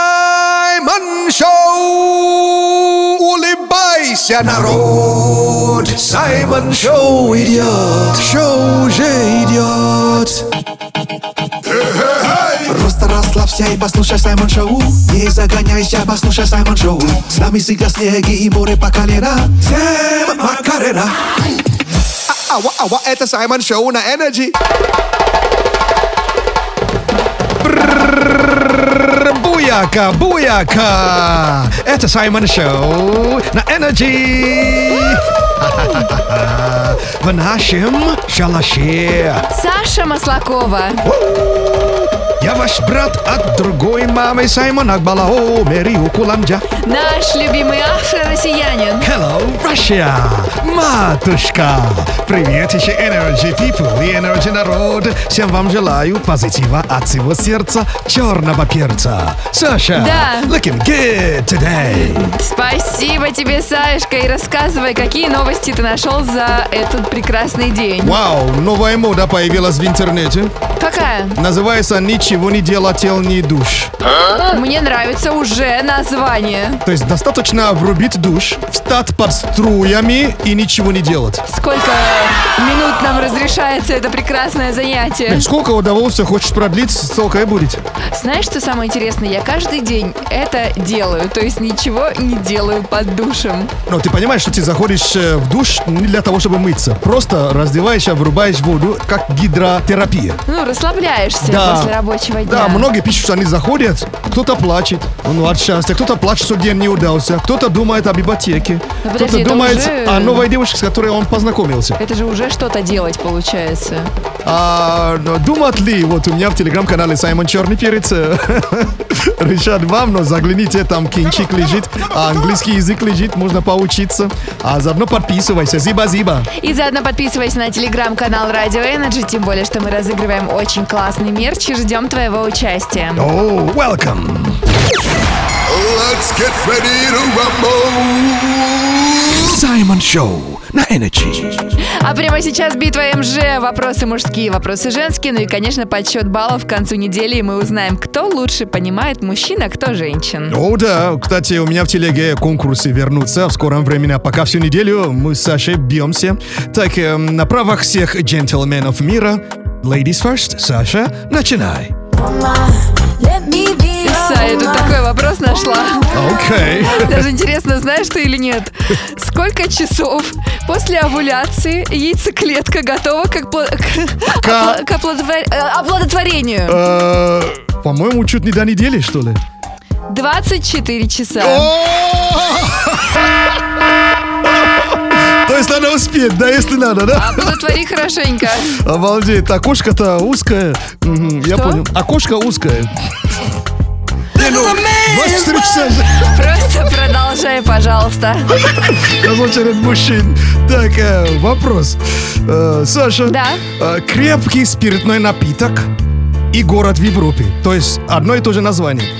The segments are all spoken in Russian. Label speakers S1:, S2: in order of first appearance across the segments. S1: Саймон Шоу! Улыбайся, народ! Саймон Шоу идет! Шоу уже идет! Просто расслабься и послушай Саймон Шоу Не загоняйся, послушай Саймон Шоу С нами всегда снеги и море по колено Всем Макарена А- Ава, ава, это Саймон Шоу на Energy
S2: Буяка, буяка! Это Саймон Шоу на Energy! В нашем шалаше.
S3: Саша Маслакова.
S2: Я ваш брат от другой мамы Саймон Акбалао, Мэри Укуламджа.
S3: Наш любимый афро-россиянин.
S2: Hello, Russia! Матушка! Привет еще Energy People и Energy народ! Всем вам желаю позитива от всего сердца черного перца. Саша!
S3: Да.
S2: Looking good today!
S3: Спасибо тебе, Сашка, и рассказывай, какие новости ты нашел за этот прекрасный день.
S4: Вау, новая мода появилась в интернете.
S3: Какая?
S4: Называется «Ничего не делател не душ».
S3: Мне нравится уже название.
S4: То есть достаточно врубить душ, встать под струями и ничего не делать.
S3: Сколько минут нам разрешается это прекрасное занятие?
S4: Сколько удовольствия хочешь продлить, столько и будет.
S3: Знаешь, что самое интересное? Я каждый день это делаю, то есть ничего не делаю под душем.
S4: Но ты понимаешь, что ты заходишь э, в душ не для того, чтобы мыться. Просто раздеваешься, врубаешь воду, как гидротерапия.
S3: Ну, расслабляешься
S4: Да.
S3: после рабочего дня.
S4: Да, многие пишут, что они заходят, кто-то плачет, ну, от счастья, кто-то плачет, что день не удался, кто-то думает об ипотеке,
S3: Ну, подожди,
S4: кто-то
S3: это
S4: думает
S3: уже-
S4: о новой девушке, с которой он познакомился.
S3: Это же уже что-то делать получается.
S4: А, но думают ли, вот у меня в телеграм-канале Саймон Черный Перец, э, Ришат вам, но загляните, там кинчик лежит, а английский язык лежит, можно поучиться. А заодно подписывайся, зиба-зиба.
S3: И заодно подписывайся на телеграм-канал Радио Energy, тем более, что мы разыгрываем очень классный мерч и ждем твоего участия.
S2: Oh, welcome!
S1: Let's get ready to rumble!
S2: Саймон Шоу на Energy.
S3: А прямо сейчас битва МЖ. Вопросы мужские, вопросы женские. Ну и, конечно, подсчет баллов к концу недели. И мы узнаем, кто лучше понимает мужчин, а кто женщин.
S4: О, да, кстати, у меня в телеге конкурсы вернутся в скором времени, а пока всю неделю мы с Сашей бьемся. Так, эм, на правах всех джентльменов мира, ladies first, Саша, начинай.
S3: Иса, я тут такой вопрос нашла.
S4: Окей.
S3: Даже интересно, знаешь ты или нет? Сколько часов после овуляции яйцеклетка готова к, опло- к-
S4: Ка-
S3: к оплодотвор- э, оплодотворению?
S4: Э, По-моему, чуть не до недели, что ли?
S3: 24 часа.
S4: То есть надо успеть, да, если надо, да?
S3: Плодотвори хорошенько.
S4: Обалдеть, окошко-то узкое. Мгм, Я
S3: Что?
S4: понял. Окошко узкое. Не, ну, 24 часа же.
S3: Просто продолжай, пожалуйста.
S4: Разочарен мужчин. Так, э, вопрос. Э, Саша.
S3: Да.
S4: э, крепкий спиртной напиток и город в Европе. То есть одно и то же название.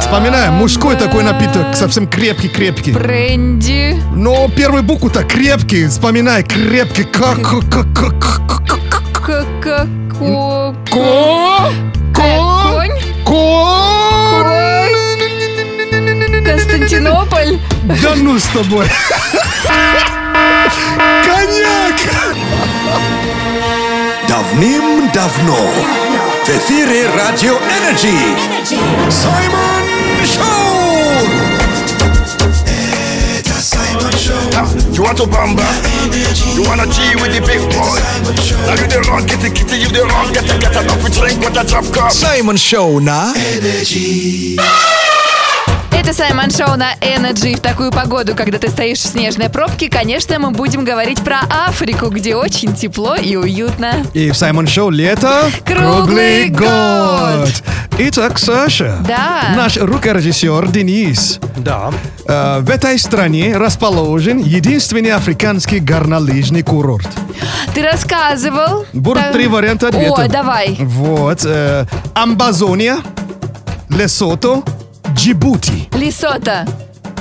S4: Вспоминаем, мужской такой напиток, совсем крепкий-крепкий.
S3: Бренди.
S4: Но первую букву-то крепкий, вспоминай, крепкий. Как, как, как, как, как, как,
S3: К- к- ко-
S4: Ко?
S3: э,
S4: Ко?
S3: Конь.
S4: Ко?
S3: Константинополь.
S4: Да ну с тобой. Коньяк!
S1: Давным-давно в эфире Радио Энерджи Саймон Шоу! Это Саймон Шоу!
S5: You want to bamba? You wanna G with the big boy? Now you the wrong, get the kitty, you the wrong, get the get enough to drink with a drop cup.
S1: Саймон Шоу на...
S3: Это Саймон Шоу на Energy. В такую погоду, когда ты стоишь в снежной пробке, конечно, мы будем говорить про Африку, где очень тепло и уютно.
S4: И в Саймон Шоу лето
S3: Круглый год.
S4: Итак, Саша.
S3: Да.
S4: Наш рукорежиссер Денис. Да. в этой стране расположен единственный африканский горнолыжный курорт.
S3: Ты рассказывал.
S4: Будут
S3: Так.
S4: три варианта ответа.
S3: О, давай.
S4: Вот. э, Амбазония, Лесото, Джибути.
S3: Лесота.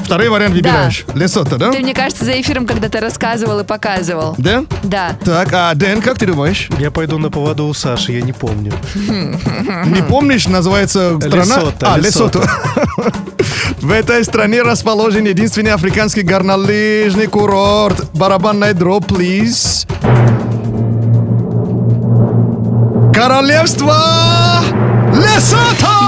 S4: Второй вариант выбираешь. Лесото, да?
S3: Ты, мне кажется, за эфиром когда-то рассказывал и показывал.
S4: Да?
S3: Да.
S4: Так, а Дэн, как ты думаешь?
S6: Я пойду на поводу у Саши, я не помню.
S4: Не помнишь, называется страна?
S6: Лесото,
S4: а,
S6: Лесото.
S4: Лесото. В этой стране расположен единственный африканский горнолыжный курорт. Барабанная дроп, please. Королевство Лесото!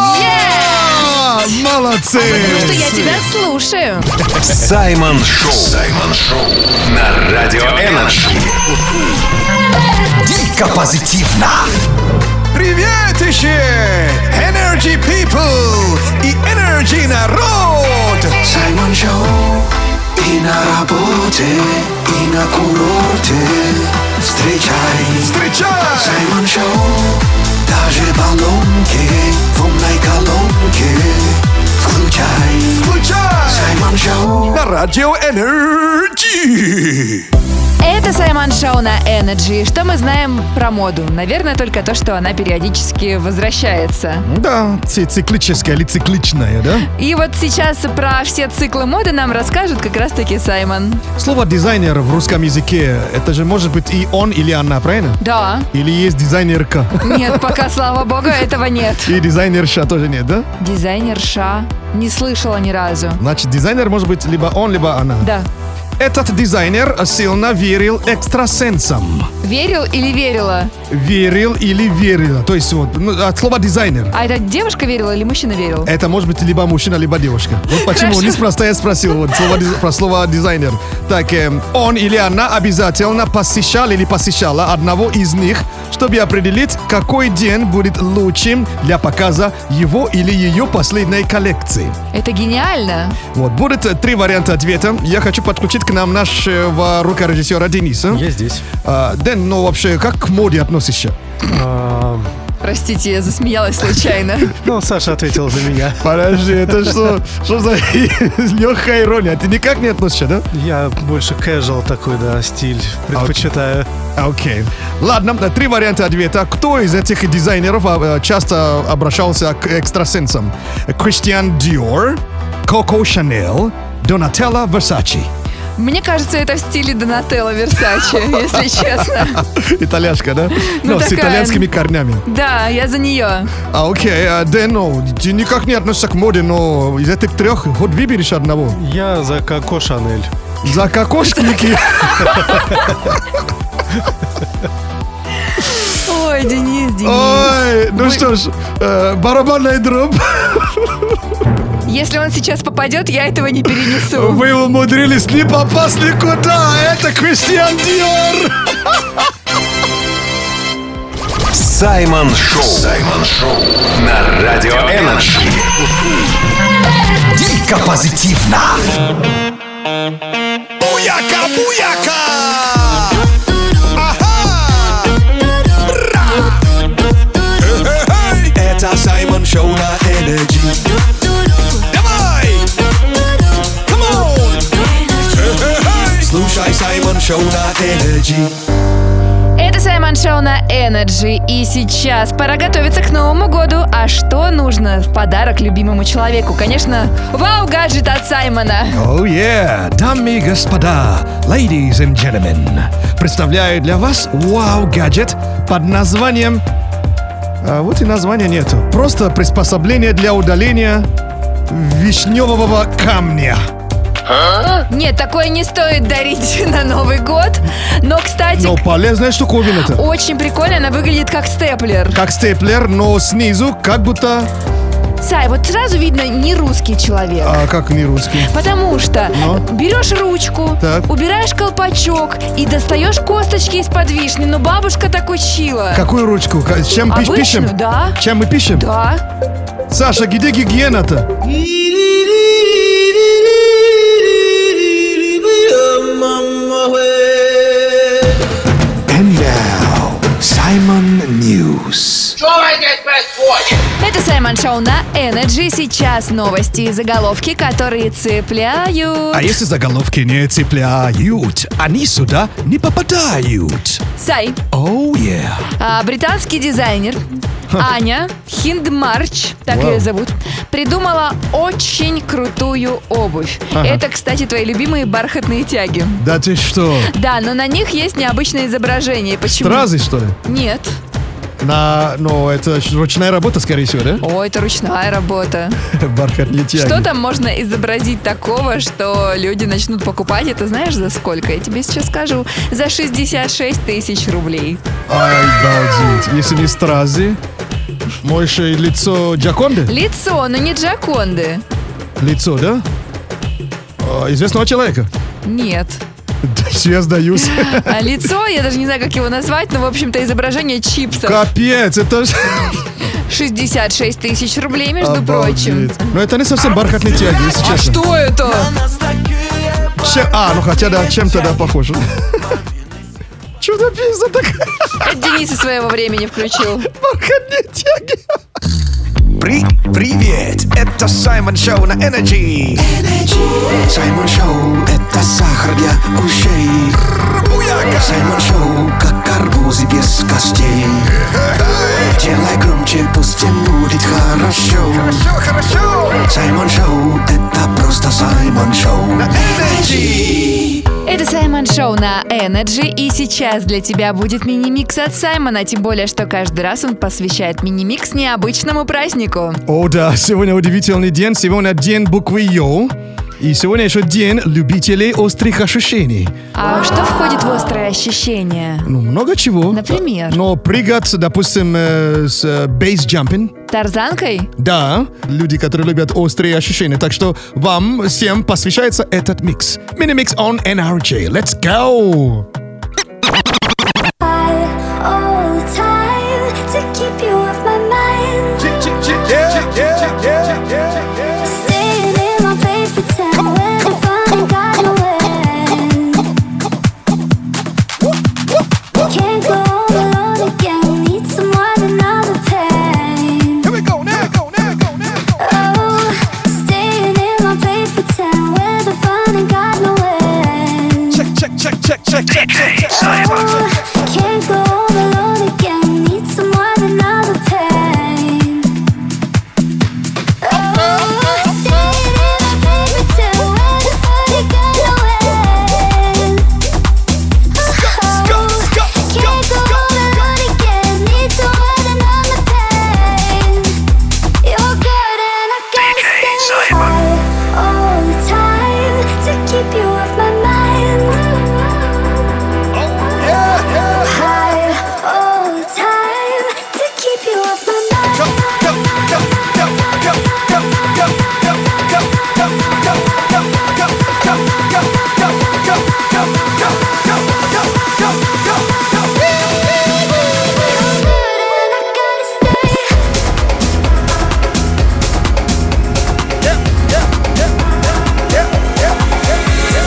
S4: Молодцы!
S3: А Потому что я тебя слушаю.
S7: Саймон Шоу. Саймон Шоу на Радио Энерджи. Дико позитивно.
S1: Привет еще! Energy People и Energy Народ! Саймон Шоу и на работе, и на курорте. Встречай, встречай! Саймон Шоу, даже баллонки в умной колонке. Включай, включай! Саймон Шоу на Радио Energy.
S3: Это Саймон Шоу на Energy. Что мы знаем про моду? Наверное, только то, что она периодически возвращается.
S4: Да, ци- циклическая или цикличная, да?
S3: И вот сейчас про все циклы моды нам расскажет как раз-таки Саймон.
S4: Слово дизайнер в русском языке, это же может быть и он или она, правильно?
S3: Да.
S4: Или есть дизайнерка?
S3: Нет, пока, слава богу, этого нет.
S4: И дизайнерша тоже нет, да?
S3: Дизайнерша. Не слышала ни разу.
S4: Значит, дизайнер может быть либо он, либо она.
S3: Да.
S4: Этот дизайнер сильно верил экстрасенсам.
S3: Верил или верила?
S4: Верил или верила. То есть вот, ну, от слова дизайнер.
S3: А это девушка верила или мужчина верил?
S4: Это может быть либо мужчина, либо девушка. Вот почему
S3: Хорошо.
S4: неспроста я спросил вот, слово диз- про слово дизайнер. Так, эм, он или она обязательно посещал или посещала одного из них, чтобы определить, какой день будет лучшим для показа его или ее последней коллекции.
S3: Это гениально.
S4: Вот, будет э, три варианта ответа. Я хочу подключить к нам нашего рукорежиссера Дениса.
S6: Я здесь.
S4: А, Дэн, ну вообще, как к моде относишься?
S6: А,
S3: Простите, я засмеялась случайно.
S6: Ну, Саша ответил за меня.
S4: Подожди, это что, что за легкая ирония? А Ты никак не относишься, да?
S6: Я больше casual такой, да, стиль предпочитаю.
S4: А, Окей. Ладно, да, три варианта ответа. Кто из этих дизайнеров а, э, часто обращался к экстрасенсам? Кристиан Диор, Коко Шанель, Донателло Версачи.
S3: Мне кажется, это в стиле Донателло Версачи, если честно.
S4: Итальяшка, да?
S3: Ну,
S4: с
S3: такая.
S4: итальянскими корнями.
S3: Да, я за нее.
S4: А, окей, а, Дэн, ну, ты никак не относишься к моде, но из этих трех хоть выберешь одного.
S6: Я за Коко Шанель.
S4: За кокошники.
S3: Ой, Денис, Денис.
S4: Ой, ну
S3: Мы-
S4: что ж, э, барабанная дробь.
S3: Если он сейчас попадет, я этого не перенесу.
S4: Вы умудрились не попасть никуда. Это Кристиан Диор.
S7: Саймон Шоу. Саймон Шоу на Радио Энерджи. Дико позитивно.
S1: Буяка, буяка! Ага! Ра! Эхе-хей! Это Саймон Шоу на Энерджи. Давай! Come on! Эхе-хей! Слушай Саймон Шоу на Энерджи.
S3: Это Саймон Шоу на Energy. И сейчас пора готовиться к Новому году. А что нужно в подарок любимому человеку? Конечно, вау-гаджет от Саймона.
S4: Oh,
S2: О, yeah, дамы и господа, ladies and gentlemen,
S4: Представляю для вас вау-гаджет под названием... А, вот и названия нету. Просто приспособление для удаления вишневого камня.
S3: Нет, такое не стоит дарить на Новый год. Но, кстати,
S4: Но полезная штуковина-то.
S3: очень прикольно она выглядит как степлер.
S4: Как степлер, но снизу как будто...
S3: Сай, вот сразу видно, не русский человек.
S4: А как не русский?
S3: Потому что
S4: Ну?
S3: берешь ручку,
S4: Так.
S3: убираешь колпачок и достаешь косточки из-под вишни. Но бабушка так учила.
S4: Какую ручку? Ка- Чем пи-
S3: Обычную,
S4: пишем?
S3: да.
S4: Чем мы пишем?
S3: Да.
S4: Саша, где гигиена-то?
S1: And now, Simon News.
S3: Это Саймон Шоу на Energy. Сейчас новости и заголовки, которые цепляют.
S2: а если заголовки не цепляют, они сюда не попадают.
S3: Сай,
S2: Оу, oh, yeah.
S3: а, британский дизайнер Аня Хиндмарч, так
S4: Вау.
S3: ее зовут, придумала очень крутую обувь. Это, кстати, твои любимые бархатные тяги.
S4: Да ты что?
S3: Да, но на них есть необычное изображение. Почему?
S4: Стразы, что ли?
S3: Нет.
S4: На, ну, это ж ручная работа, скорее всего, да?
S3: О, это ручная работа.
S4: Бархатные тяги.
S3: Что там можно изобразить такого, что люди начнут покупать это, знаешь, за сколько? Я тебе сейчас скажу. За 66 тысяч рублей.
S4: Ай, балдеть. Если не стразы, можешь и лицо Джаконды?
S3: Лицо, но не Джаконды.
S4: Лицо, да? А, Известного человека.
S3: Нет.
S4: Да, всё, я сдаюсь.
S3: А лицо, я даже не знаю, как его назвать, но, в общем-то, изображение чипсов.
S4: Капец, это ж...
S3: 66 тысяч рублей, между прочим.
S4: Обалдеть. Но это не совсем бархатные тяги, если
S3: А
S4: честно.
S3: что это?
S4: Че- А, ну хотя да, чем тогда похоже? Что за пизда такая?
S3: Это Денис из своего времени включил.
S4: Бархатные тяги.
S1: При привет, это Саймон Шоу на Energy. Саймон Шоу – это сахар для ушей. Саймон Шоу – как арбузы без костей. Делай громче, пусть всем будет хорошо. Саймон Шоу – это просто Саймон Шоу на Energy.
S3: Это Саймон Шоу на Energy, и сейчас для тебя будет мини-микс от Саймона, тем более, что каждый раз он посвящает мини-микс необычному празднику.
S4: О да, сегодня удивительный день. Сегодня день буквы Йо. И сегодня еще день любителей острых ощущений.
S3: А что входит в острое ощущение?
S4: Ну, много чего.
S3: Например?
S4: Но прыгать, допустим, э, с бейс-джампинг.
S3: Тарзанкой?
S4: Да, люди, которые любят острые ощущения. Так что вам всем посвящается этот микс. Мини-микс on NRJ. Let's go!
S8: all the time to keep you off my mind. Staying in my paper town where the fun got away. Can't go all alone again. Need someone another pain. Oh, staying in my paper town where the fun got away. Oh, Can't go all alone again. Need someone another pain. Oh, staying in my paper town where the party got away. Oh, can't go all alone again. Need someone another pain. You're good and I gotta stay high all the time to keep you off my mind. High all the time to keep you off my mind.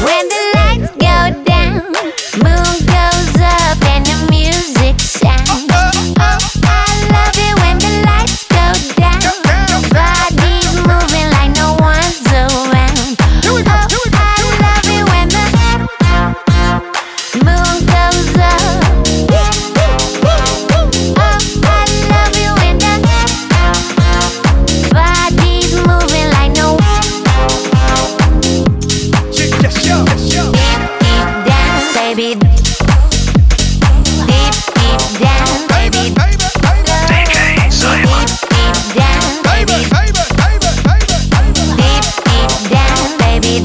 S8: When the lights go down, moon goes up and the music shines. Oh, I love it when the lights go down. Body's moving like no one's around. Oh, I love it when the moon goes up. Oh, I love it when the body's moving like no Deep, deep down, baby. Deep, deep down, baby. Deep, deep down, baby.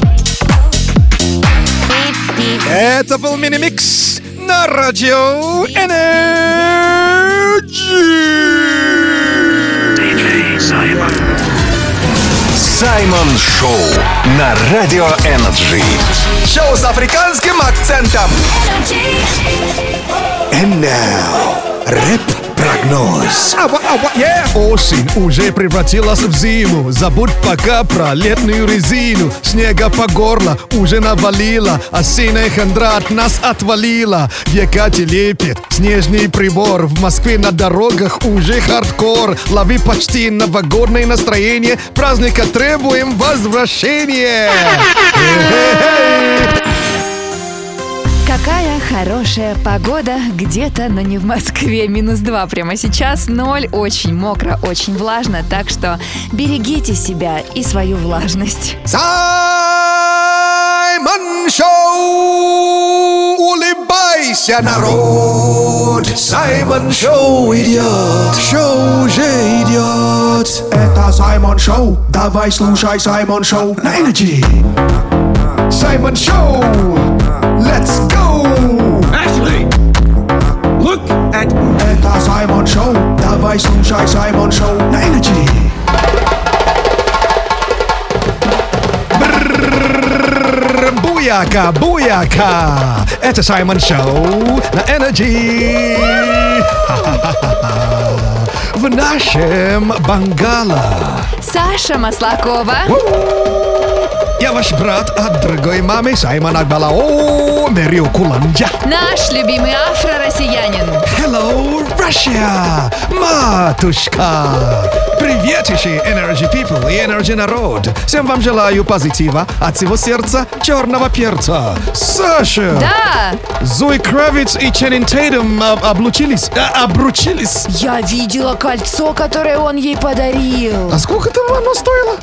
S8: Deep, deep down, baby. Deep, deep.
S4: Это был мини-микс на радио Energy.
S7: Саймон Шоу на Радио Энерджи.
S1: Шоу с африканским акцентом. And now, рэп-прогноз.
S4: Осень уже превратилась в зиму. Забудь пока про летнюю резину. Снега по горло уже навалила. Осенняя хандра от нас отвалила. В Якате лепит снежный прибор. В Москве на дорогах уже хардкор. Лови почти новогодное настроение. Праздника требуем возвращения.
S3: Как Такая хорошая погода где-то, но не в Москве. Минус 2 прямо сейчас, 0. Очень мокро, очень влажно. Так что берегите себя и свою влажность.
S1: Саймон Шоу! Улыбайся, народ! Саймон Шоу идет! Шоу уже идет! Это Саймон Шоу! Давай слушай Саймон Шоу на Energy! Саймон Шоу! Let's go! Это Саймон Шоу! Давай слушай Саймон Шоу на Energy!
S2: Буяка, буяка! Это Саймон Шоу на Energy! В нашем бангала.
S3: Саша Маслакова.
S2: Я ваш брат от другой мамы Саймон
S4: Oh,
S2: Акбалао Мерио Куланджа.
S3: Наш любимый афро-россиянин.
S2: Hello, Russia! Матушка! Приветище, Energy People и Energy Народ! Всем вам желаю позитива от всего сердца черного перца. Саша!
S3: Да,
S2: Зои Кравиц и Ченнин Тейтем а, облучились, а, обручились.
S3: я видела кольцо, которое он ей подарил.
S2: А сколько там оно стоило?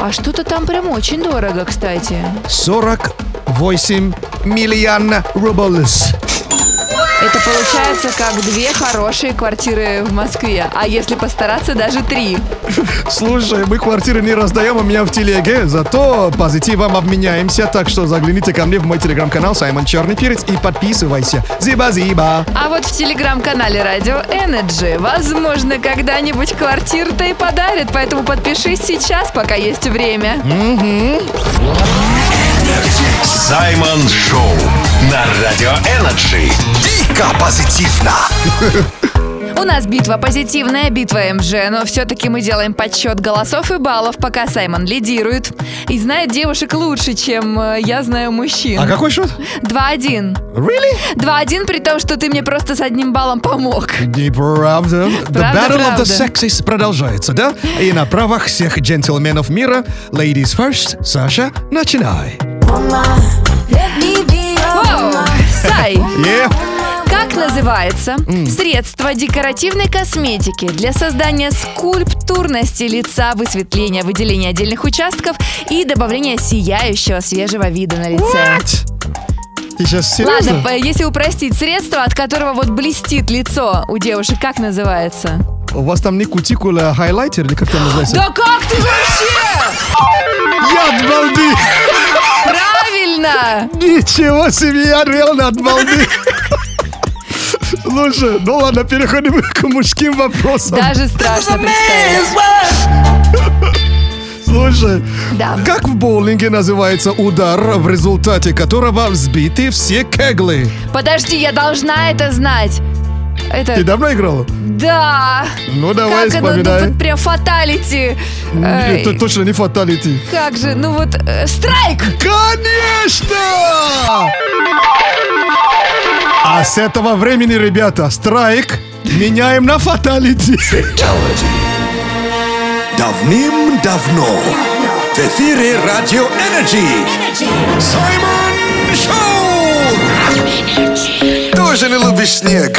S3: А что-то там прям очень дорого, кстати.
S2: 48 миллион рублей.
S3: Это получается как две хорошие квартиры в Москве, а если постараться, даже три.
S4: Слушай, мы квартиры не раздаем у меня в телеге, зато позитивом обменяемся, так что загляните ко мне в мой телеграм-канал Саймон Черный Перец и подписывайся. Зиба-зиба.
S3: А вот в телеграм-канале Радио Energy, возможно, когда-нибудь квартир-то и подарят, поэтому подпишись сейчас, пока есть время.
S7: Саймон Шоу на Радио Энерджи.
S3: У нас битва позитивная, битва МЖ, но все-таки мы делаем подсчет голосов и баллов, пока Саймон лидирует и знает девушек лучше, чем э, я знаю мужчин.
S4: А какой счет?
S3: 2-1.
S4: Really?
S3: 2-1, при том, что ты мне просто с одним баллом помог.
S4: Неправда. The
S3: Правда,
S4: Battle of the
S3: правда.
S4: Sexes продолжается, да? И на правах всех джентльменов мира, ladies first, Саша, начинай.
S3: Воу! Сай!
S4: Yeah.
S3: Как называется средство декоративной косметики для создания скульптурности лица, высветления, выделения отдельных участков и добавления сияющего свежего вида на лице?
S4: Ты сейчас серьезно?
S3: Ладно, э, если упростить, средство, от которого вот блестит лицо у девушек, как называется?
S4: У вас там не кутикула, а хайлайтер или как там называется?
S3: Да как ты вообще?
S4: Я от балды!
S3: Правильно!
S4: Ничего себе, я реально от балды! Слушай, ну ладно, переходим к мужским вопросам.
S3: Даже страшно представить.
S4: Слушай,
S3: Да.
S4: как в боулинге называется удар, в результате которого взбиты все кеглы?
S3: Подожди, я должна это знать.
S4: Ты
S3: Это...
S4: давно играл?
S3: Да.
S4: Ну давай,
S3: Э. как оно
S4: вспоминай.
S3: тут прям фаталити. Эй,
S4: Это точно не фаталити.
S3: как же, ну вот, э, страйк!
S4: Конечно! А с этого времени, ребята, страйк меняем на фаталити.
S1: Давным-давно в эфире Радио Энерджи Саймон Шоу! Тоже не любишь снег?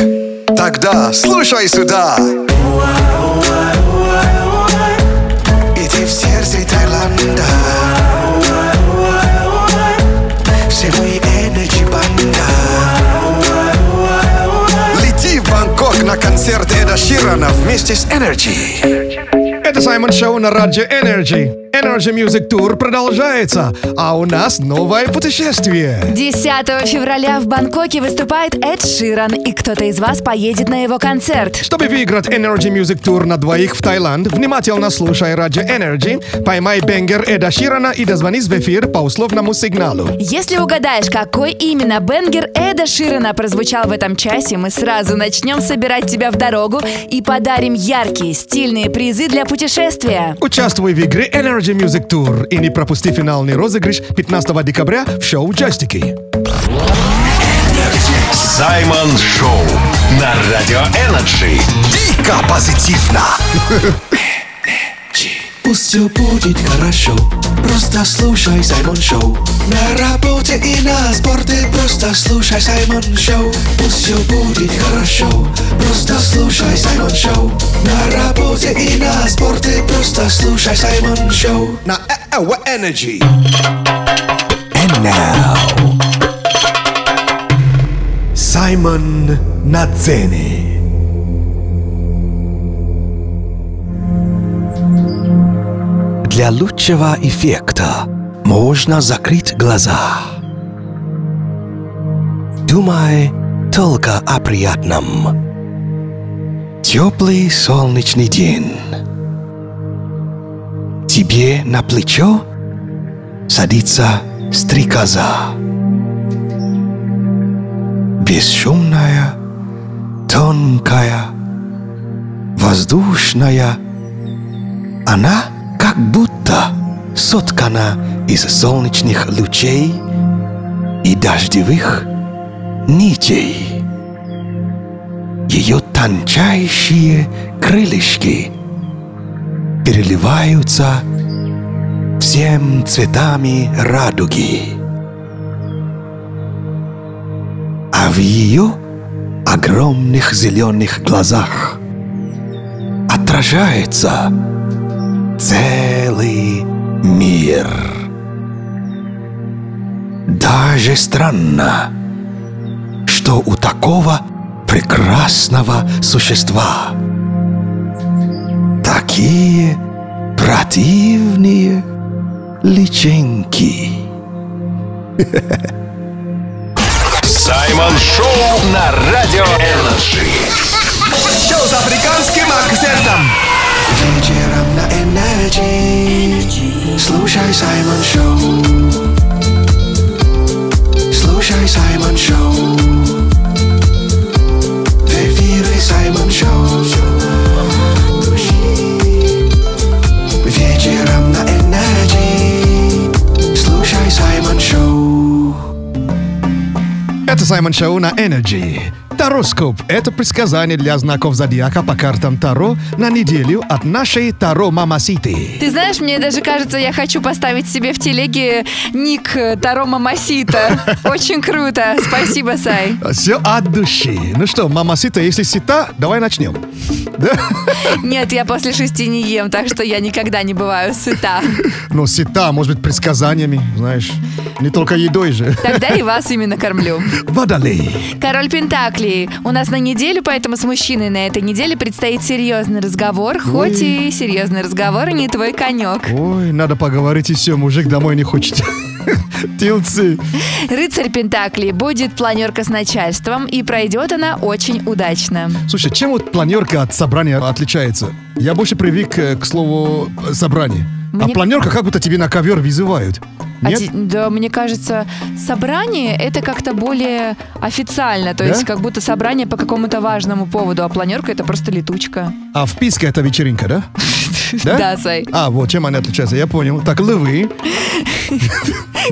S1: Тогда слушай сюда! Иди в сердце Таиланда Все мы Energy банда Лети в Бангкок на концерт Эда Ширана вместе с Energy
S4: Это Саймон Шоу на Радио Energy. Energy Music Tour продолжается, а у нас новое путешествие.
S3: 10 февраля в Бангкоке выступает Эд Ширан, и кто-то из вас поедет на его концерт.
S4: Чтобы выиграть Energy Music Tour на двоих в Таиланд, внимательно слушай Радио Energy, поймай бенгер Эда Ширана и дозвонись в эфир по условному сигналу.
S3: Если угадаешь, какой именно бенгер Эда Ширана прозвучал в этом часе, мы сразу начнем собирать тебя в дорогу и подарим яркие, стильные призы для путешествия.
S4: Участвуй в игре Energy Music Tour и не пропусти финальный розыгрыш 15 декабря в шоу «Джастики».
S7: Саймон Шоу на Радио Энерджи.
S1: дико позитивно. пусть все будет хорошо Просто слушай Саймон Шоу На работе и на спорте Просто слушай Саймон Шоу Пусть все будет хорошо Просто слушай Саймон Шоу На работе и на спорте Просто слушай Саймон Шоу На Energy And now Саймон на цене Для лучшего эффекта можно закрыть глаза. Думай только о приятном. Теплый солнечный день. Тебе на плечо садится стрекоза. Бесшумная, тонкая, воздушная – она как будто соткана из солнечных лучей и дождевых нитей. Ее тончайшие крылышки переливаются всем цветами радуги. А в ее огромных зеленых глазах отражается целый мир. Даже странно, что у такого прекрасного существа такие противные личинки.
S7: Саймон Шоу на Радио Энерджи.
S1: Шоу с африканским акцентом. Вечером на Energy. Слушай Саймон Шоу. Слушай Саймон Шоу. В эфире Саймон Шоу. Вечером на Energy. Слушай Саймон Шоу.
S4: Это Саймон Шоу на Energy. Тароскоп – это предсказание для знаков зодиака по картам Таро на неделю от нашей Таро Мамаситы.
S3: Ты знаешь, мне даже кажется, я хочу поставить себе в телеге ник э, Таро Мамасита. Очень круто. Спасибо, Сай.
S4: Все от души. Ну что, Мамасита, если сита, давай начнем. Да?
S3: Нет, я после шести не ем, так что я никогда не бываю сыта.
S4: Ну, сита, может быть, предсказаниями, знаешь. Не только едой же.
S3: Тогда и вас именно кормлю.
S4: Водолей.
S3: Король Пентаклей. У нас на неделю, поэтому с мужчиной на этой неделе предстоит серьезный разговор, хоть и серьезный разговор не твой конек.
S4: Ой, надо поговорить и все, мужик домой не хочет. Тилцы.
S3: Рыцарь Пентаклей будет планерка с начальством, и пройдет она очень удачно.
S4: Слушай, чем вот планерка от собрания отличается? Я больше привык э, к слову э, собрание. А
S3: Мне-
S4: планерка как будто тебе на ковер вызывают.
S3: А
S4: Нет?
S3: те- да, мне кажется, собрание это как-то более официально, то
S4: Да?
S3: есть как будто собрание по какому-то важному поводу, а планерка это просто летучка.
S4: А вписка это вечеринка, да?
S3: Да, Сай.
S4: А, вот чем они отличаются, я понял. Так, львы.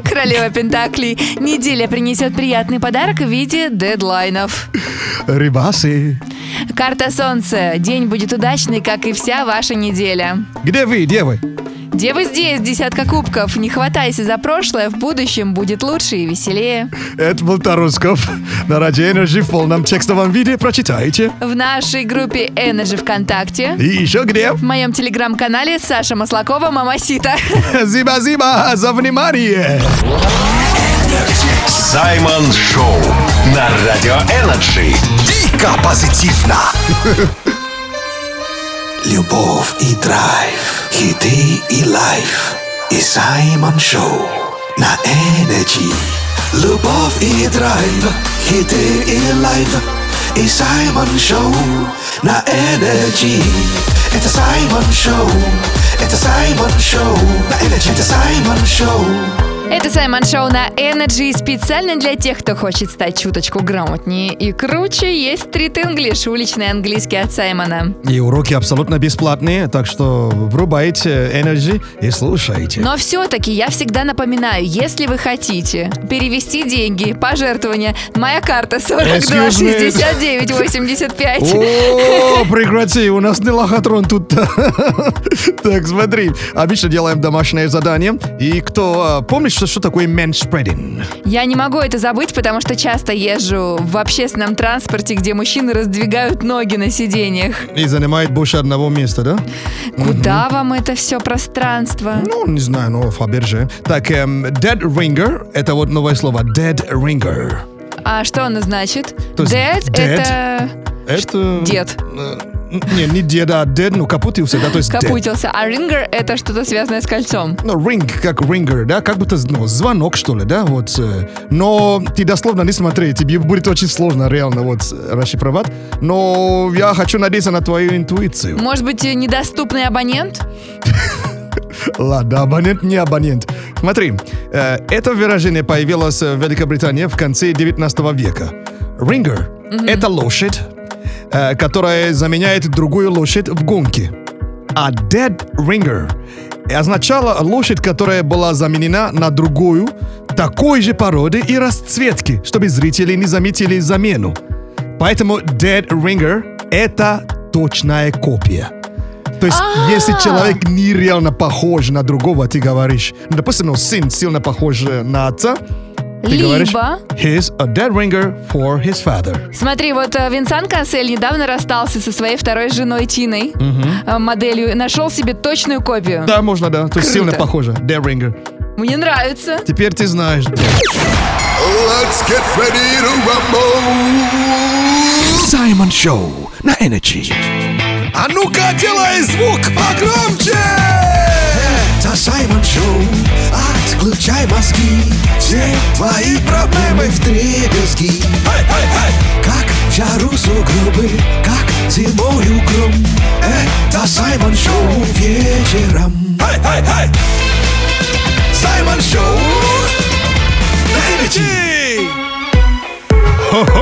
S3: Королева Пентаклей. Неделя принесет приятный подарок в виде дедлайнов.
S4: Рыбасы.
S3: Карта Солнца. День будет удачный, как и вся ваша неделя.
S4: Где вы, девы?
S3: Девы здесь, десятка кубков. Не хватайся за прошлое, в будущем будет лучше и веселее.
S4: Это был Тароскоп. На Радио Energy в полном текстовом виде прочитайте.
S3: В нашей группе Energy ВКонтакте.
S4: И еще где?
S3: В моем телеграм-канале Саша Маслакова Мамасита.
S4: Зиба-зиба за внимание.
S7: Саймон Шоу на Радио Энерджи.
S1: Дико позитивно. Любовь и драйв, хиты и лайф. И Саймон Шоу на Энерджи. Любовь и драйв, хиты и лайф. И Саймон Шоу на Энерджи. Это Саймон Шоу, это Саймон Шоу на Энерджи. Это Саймон Шоу.
S3: Это Саймон Шоу на Energy. И специально для тех, кто хочет стать чуточку грамотнее и круче, есть стрит English, уличный английский от Саймона.
S4: И уроки абсолютно бесплатные, так что врубайте Energy и слушайте.
S3: Но все-таки я всегда напоминаю, если вы хотите перевести деньги, пожертвования, моя карта 42
S4: Excuse me.
S3: 69 85.
S4: О, прекрати, у нас не лохотрон тут. Так, смотри, обычно делаем домашнее задание. И кто... а, Помнишь, что, что такое manspreading?
S3: Я не могу это забыть, потому что часто езжу в общественном транспорте, где мужчины раздвигают ноги на сиденьях.
S4: И занимает больше одного места, да?
S3: Куда вам это все пространство?
S4: Ну, не знаю, но Фаберже. Так, эм, dead ringer, это вот новое слово, dead ringer.
S3: А что оно значит?
S4: То есть
S3: Dead,
S4: dead?
S3: это
S4: Это...
S3: дед.
S4: э, н- не, не деда, а dead, ну, капутился, да, то есть dead.
S3: Капутился. А рингер это что-то связанное с кольцом.
S4: Ну, ring, как ringer, да, как будто ну, звонок, что ли, да, вот. э, Но ты дословно не смотри, тебе будет очень сложно реально вот э, расшифровать. Но я хочу надеяться на твою интуицию.
S3: Может быть, э, недоступный абонент?
S4: Ладно, абонент не абонент. Смотри, э, это выражение появилось в Великобритании в конце 19 века. Ringer это лошадь, э, которая заменяет другую лошадь в гонке. А dead ringer означала лошадь, которая была заменена на другую, такой же породы и расцветки, чтобы зрители не заметили замену. Поэтому dead ringer это точная копия. То есть, если человек нереально похож на другого, ты говоришь, ну, допустим, ну, сын сильно похож э, на отца, ты
S3: Либо-
S4: говоришь, he's a dead ringer for his father.
S3: Смотри, вот э, Винсан Кассель недавно расстался со своей второй женой Тиной, э, моделью, и нашел себе точную копию.
S4: Да, можно, да. То есть сильно похоже. Dead ringer.
S3: Мне нравится.
S4: Теперь ты знаешь.
S5: Let's get ready to rumble.
S1: Саймон Шоу на Energy.
S5: А ну-ка, делай звук погромче!
S1: Это Саймон Шоу, отключай мозги. Все твои проблемы в дребезги. Как в жару сугробы, как зимою гром. Это Саймон Шоу вечером.
S5: Саймон Шоу! На Energy!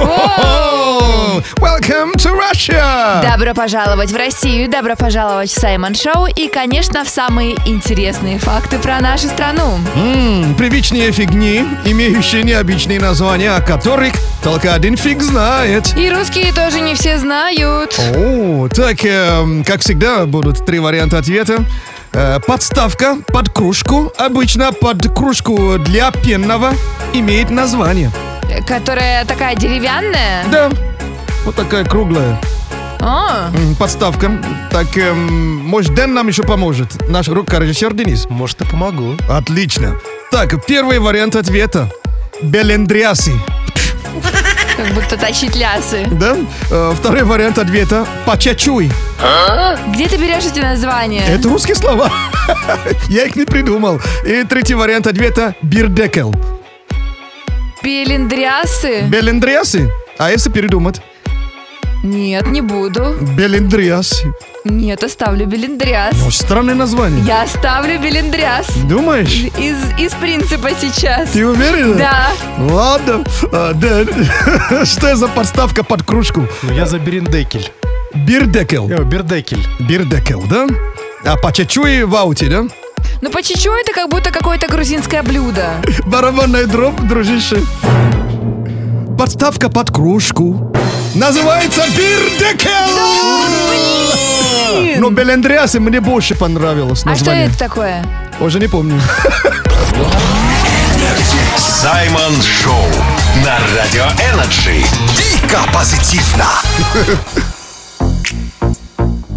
S4: О, Welcome to Russia!
S3: Добро пожаловать в Россию, добро пожаловать в Саймон Шоу и, конечно, в самые интересные факты про нашу страну.
S4: М, Привычные фигни, имеющие необычные названия, о которых только один фиг знает.
S3: И русские тоже не все знают.
S4: О, так, эм, как всегда, будут три варианта ответа. Э, подставка под кружку, обычно под кружку для пенного, имеет название.
S3: Которая такая деревянная.
S4: Да, вот такая круглая
S3: О,
S4: м, подставка. Так, эм, может, Дэн нам еще поможет, наш рукорежиссер Денис.
S6: Может, и помогу.
S4: Отлично. Так, первый вариант ответа. Белендриаси.
S3: как будто тащить лясы.
S4: Да? Э, Второй вариант ответа – «пачачуй».
S3: Где ты берешь эти названия?
S4: Это русские слова. Я их не придумал. И третий вариант ответа – «бирдекел».
S3: Пелендриасы?
S4: Белендриаси. А если передумать?
S3: Нет, не буду.
S4: Белендриаси.
S3: Нет, оставлю белендриас.
S4: О, странное название.
S3: Я оставлю белендриас.
S4: Думаешь?
S3: Из, из принципа сейчас.
S4: Ты уверена?
S3: Да.
S4: Ладно. А, да. Что за подставка под кружку?
S6: Ну, я за Берендекель.
S4: Бирдекел.
S6: Э, Бердекель.
S4: Бирдекел, да? А пачачуй в ауте, да?
S3: Ну, по чечу это как будто какое-то грузинское блюдо. А
S4: Барабанная дробь, дружище. Подставка под кружку. Называется Бирдекел! Но Белендриасы мне больше понравилось
S3: А что
S4: название.
S3: это такое?
S4: Уже не помню.
S7: Саймон Шоу на Радио Энерджи.
S5: Дико позитивно!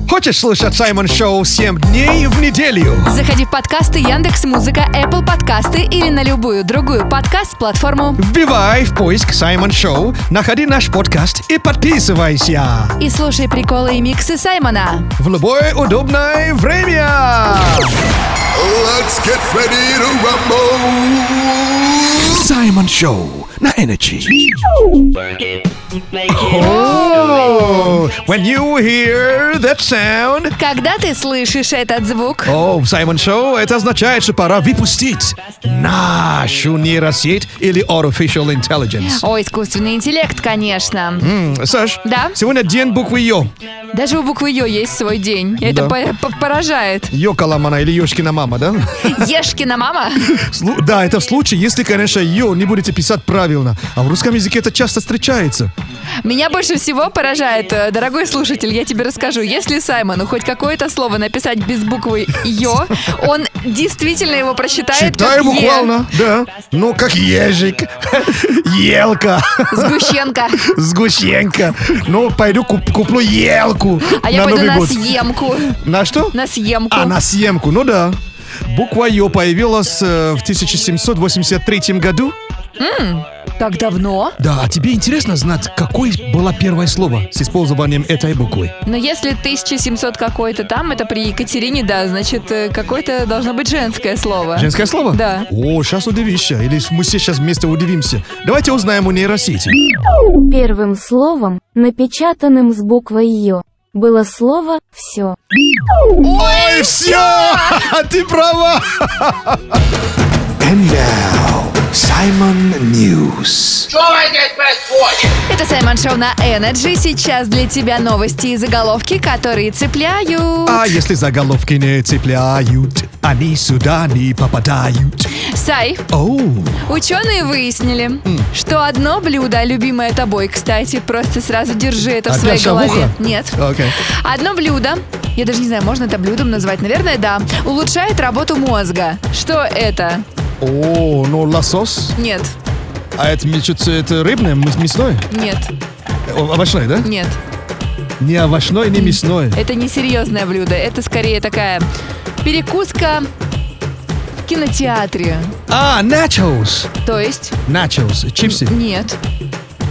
S4: Хочешь слушать Саймон Шоу 7 дней в неделю?
S3: Заходи в подкасты Яндекс Музыка, Apple Подкасты или на любую другую подкаст-платформу.
S4: Вбивай в поиск Саймон Шоу, находи наш подкаст и подписывайся
S3: И слушай приколы и миксы Саймона.
S4: в любое удобное время.
S5: Let's get ready to rumble!
S1: Саймон Шоу на Energy.
S4: Oh, when you hear that sound,
S3: Когда ты слышишь этот звук,
S4: О, в Саймон Шоу, это означает, что пора выпустить нашу нейросеть или Artificial Intelligence.
S3: о, искусственный интеллект, конечно.
S4: М, Саш,
S3: Да?
S4: сегодня день буквы Йо.
S3: Даже у буквы Ё есть свой день.
S4: Да.
S3: Это по- по- поражает.
S4: Йока Ламана или Ёшкина мама, да?
S3: Ешкина мама?
S4: Слу- Да, это в случае, если, конечно, Йо не будете писать прав- правильно. А в русском языке это часто встречается.
S3: Меня больше всего поражает, э, дорогой слушатель, я тебе расскажу, если Саймону хоть какое-то слово написать без буквы «ё», он действительно его просчитает
S4: Читаю
S3: как «е».
S4: буквально, да. Ну, как ежик, елка,
S3: Сгущенка.
S4: сгущенка. Ну, пойду куп- куплю елку
S3: А я
S4: на
S3: пойду
S4: Новый
S3: на
S4: год.
S3: съемку.
S4: На что?
S3: На съемку.
S4: А, на съемку, ну да. Буква Ё появилась э, в 1783 году.
S3: Так давно?
S4: Да, а тебе интересно знать, какое было первое слово с использованием этой буквы?
S3: Но если 1700 какой-то там, это при Екатерине, да, значит, э, какое-то должно быть женское слово.
S4: Женское слово?
S3: Да.
S4: О, сейчас удивишься. Или мы все сейчас вместе удивимся. Давайте узнаем у нейросети.
S9: Первым словом, напечатанным с буквой Ё, было слово «все».
S4: Ой, все! Ты права!
S1: And now, Simon News.
S3: Это Саймон Шоу на Energy. Сейчас для тебя новости и заголовки, которые цепляют.
S4: А если заголовки не цепляют, они сюда не попадают.
S3: Сай,
S4: Оу,
S3: Ученые выяснили, что одно блюдо, любимое тобой, кстати, просто сразу держи это в
S4: Опять
S3: своей
S4: шавуха?
S3: голове. Нет.
S4: окей.
S3: Одно блюдо, я даже не знаю, можно это блюдом назвать, наверное, да, улучшает работу мозга. Что это?
S4: О, ну лосос.
S3: Нет,
S4: А это, мне чё-то это рыбное, мыс- мясное?
S3: нет,
S4: Э, Овощное, да?
S3: нет.
S4: Не овощное, не мясное.
S3: Это не серьезное блюдо, это скорее такая перекуска в кинотеатре.
S4: А, начос.
S3: То есть,
S4: Начос. Чипсы.
S3: нет.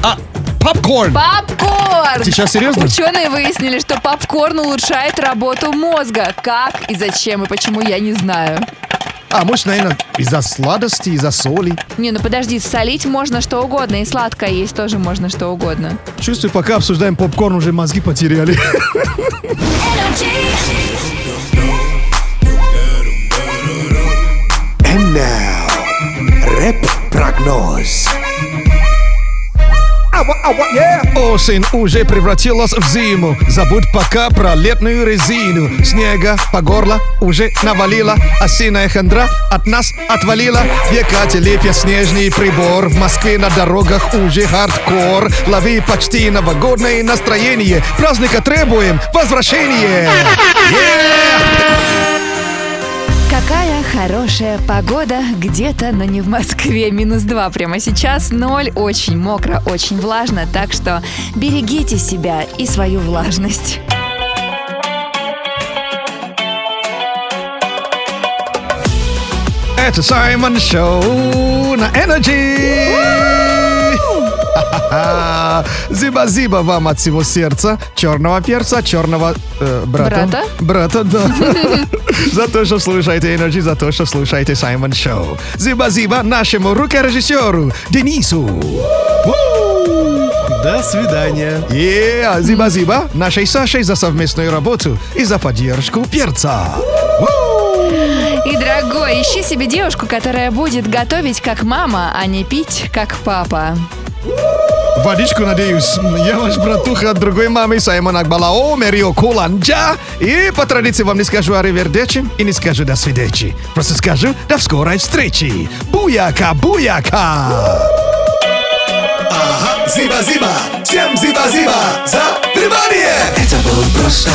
S4: А, попкорн.
S3: Попкорн!
S4: Ты сейчас серьезно?
S3: Ученые выяснили, что попкорн улучшает работу мозга. Как и зачем и почему, я не знаю.
S4: А, может, наверное, из-за сладости, из-за соли.
S3: Не, ну подожди, солить можно что угодно, и сладкое есть тоже можно что угодно.
S4: Чувствую, пока обсуждаем попкорн, уже мозги потеряли.
S1: And now, рэп-прогноз.
S4: Осень уже превратилась в зиму. Забудь пока про летную резину. Снега по горло уже навалила. Осиная хандра от нас отвалила. Векате лепья снежный прибор. В Москве на дорогах уже хардкор. Лови почти новогодное настроение. Праздника требуем. Возвращение.
S3: Какая хорошая погода где-то, но не в Москве. Минус 2 прямо сейчас, ноль, очень мокро, очень влажно, так что берегите себя и свою влажность.
S4: Это Саймон Шоу на Energy. Ха-ха-ха. Зиба-зиба вам от всего сердца, черного перца, черного э, брата. Брата? да. За то, что слушаете Energy, за то, что слушаете Саймон Шоу. Зиба-зиба нашему рукорежиссеру Денису. Уу!
S6: До свидания.
S4: Е, а зиба-зиба нашей Сашей за совместную работу и за поддержку перца. Уу!
S3: И, дорогой, ищи себе девушку, которая будет готовить как мама, а не пить как папа.
S4: Водичку, надеюсь. Я ваш братуха от другой мамы Саймон Акбалао, Мерио Куланджа. И по традиции вам не скажу о ревердечи и не скажу до свидечи. Просто скажу до скорой встречи. Буяка, буяка!
S1: Зиба-зиба, всем зиба-зиба за внимание! Это был просто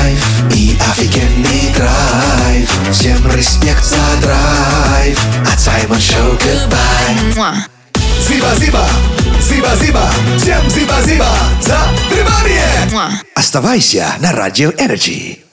S1: кайф и офигенный драйв. Всем респект за драйв. От Саймон Шоу goodbye. Зиба-зиба, зиба-зиба, всем зиба-зиба за внимание! Оставайся на Радио Энерджи.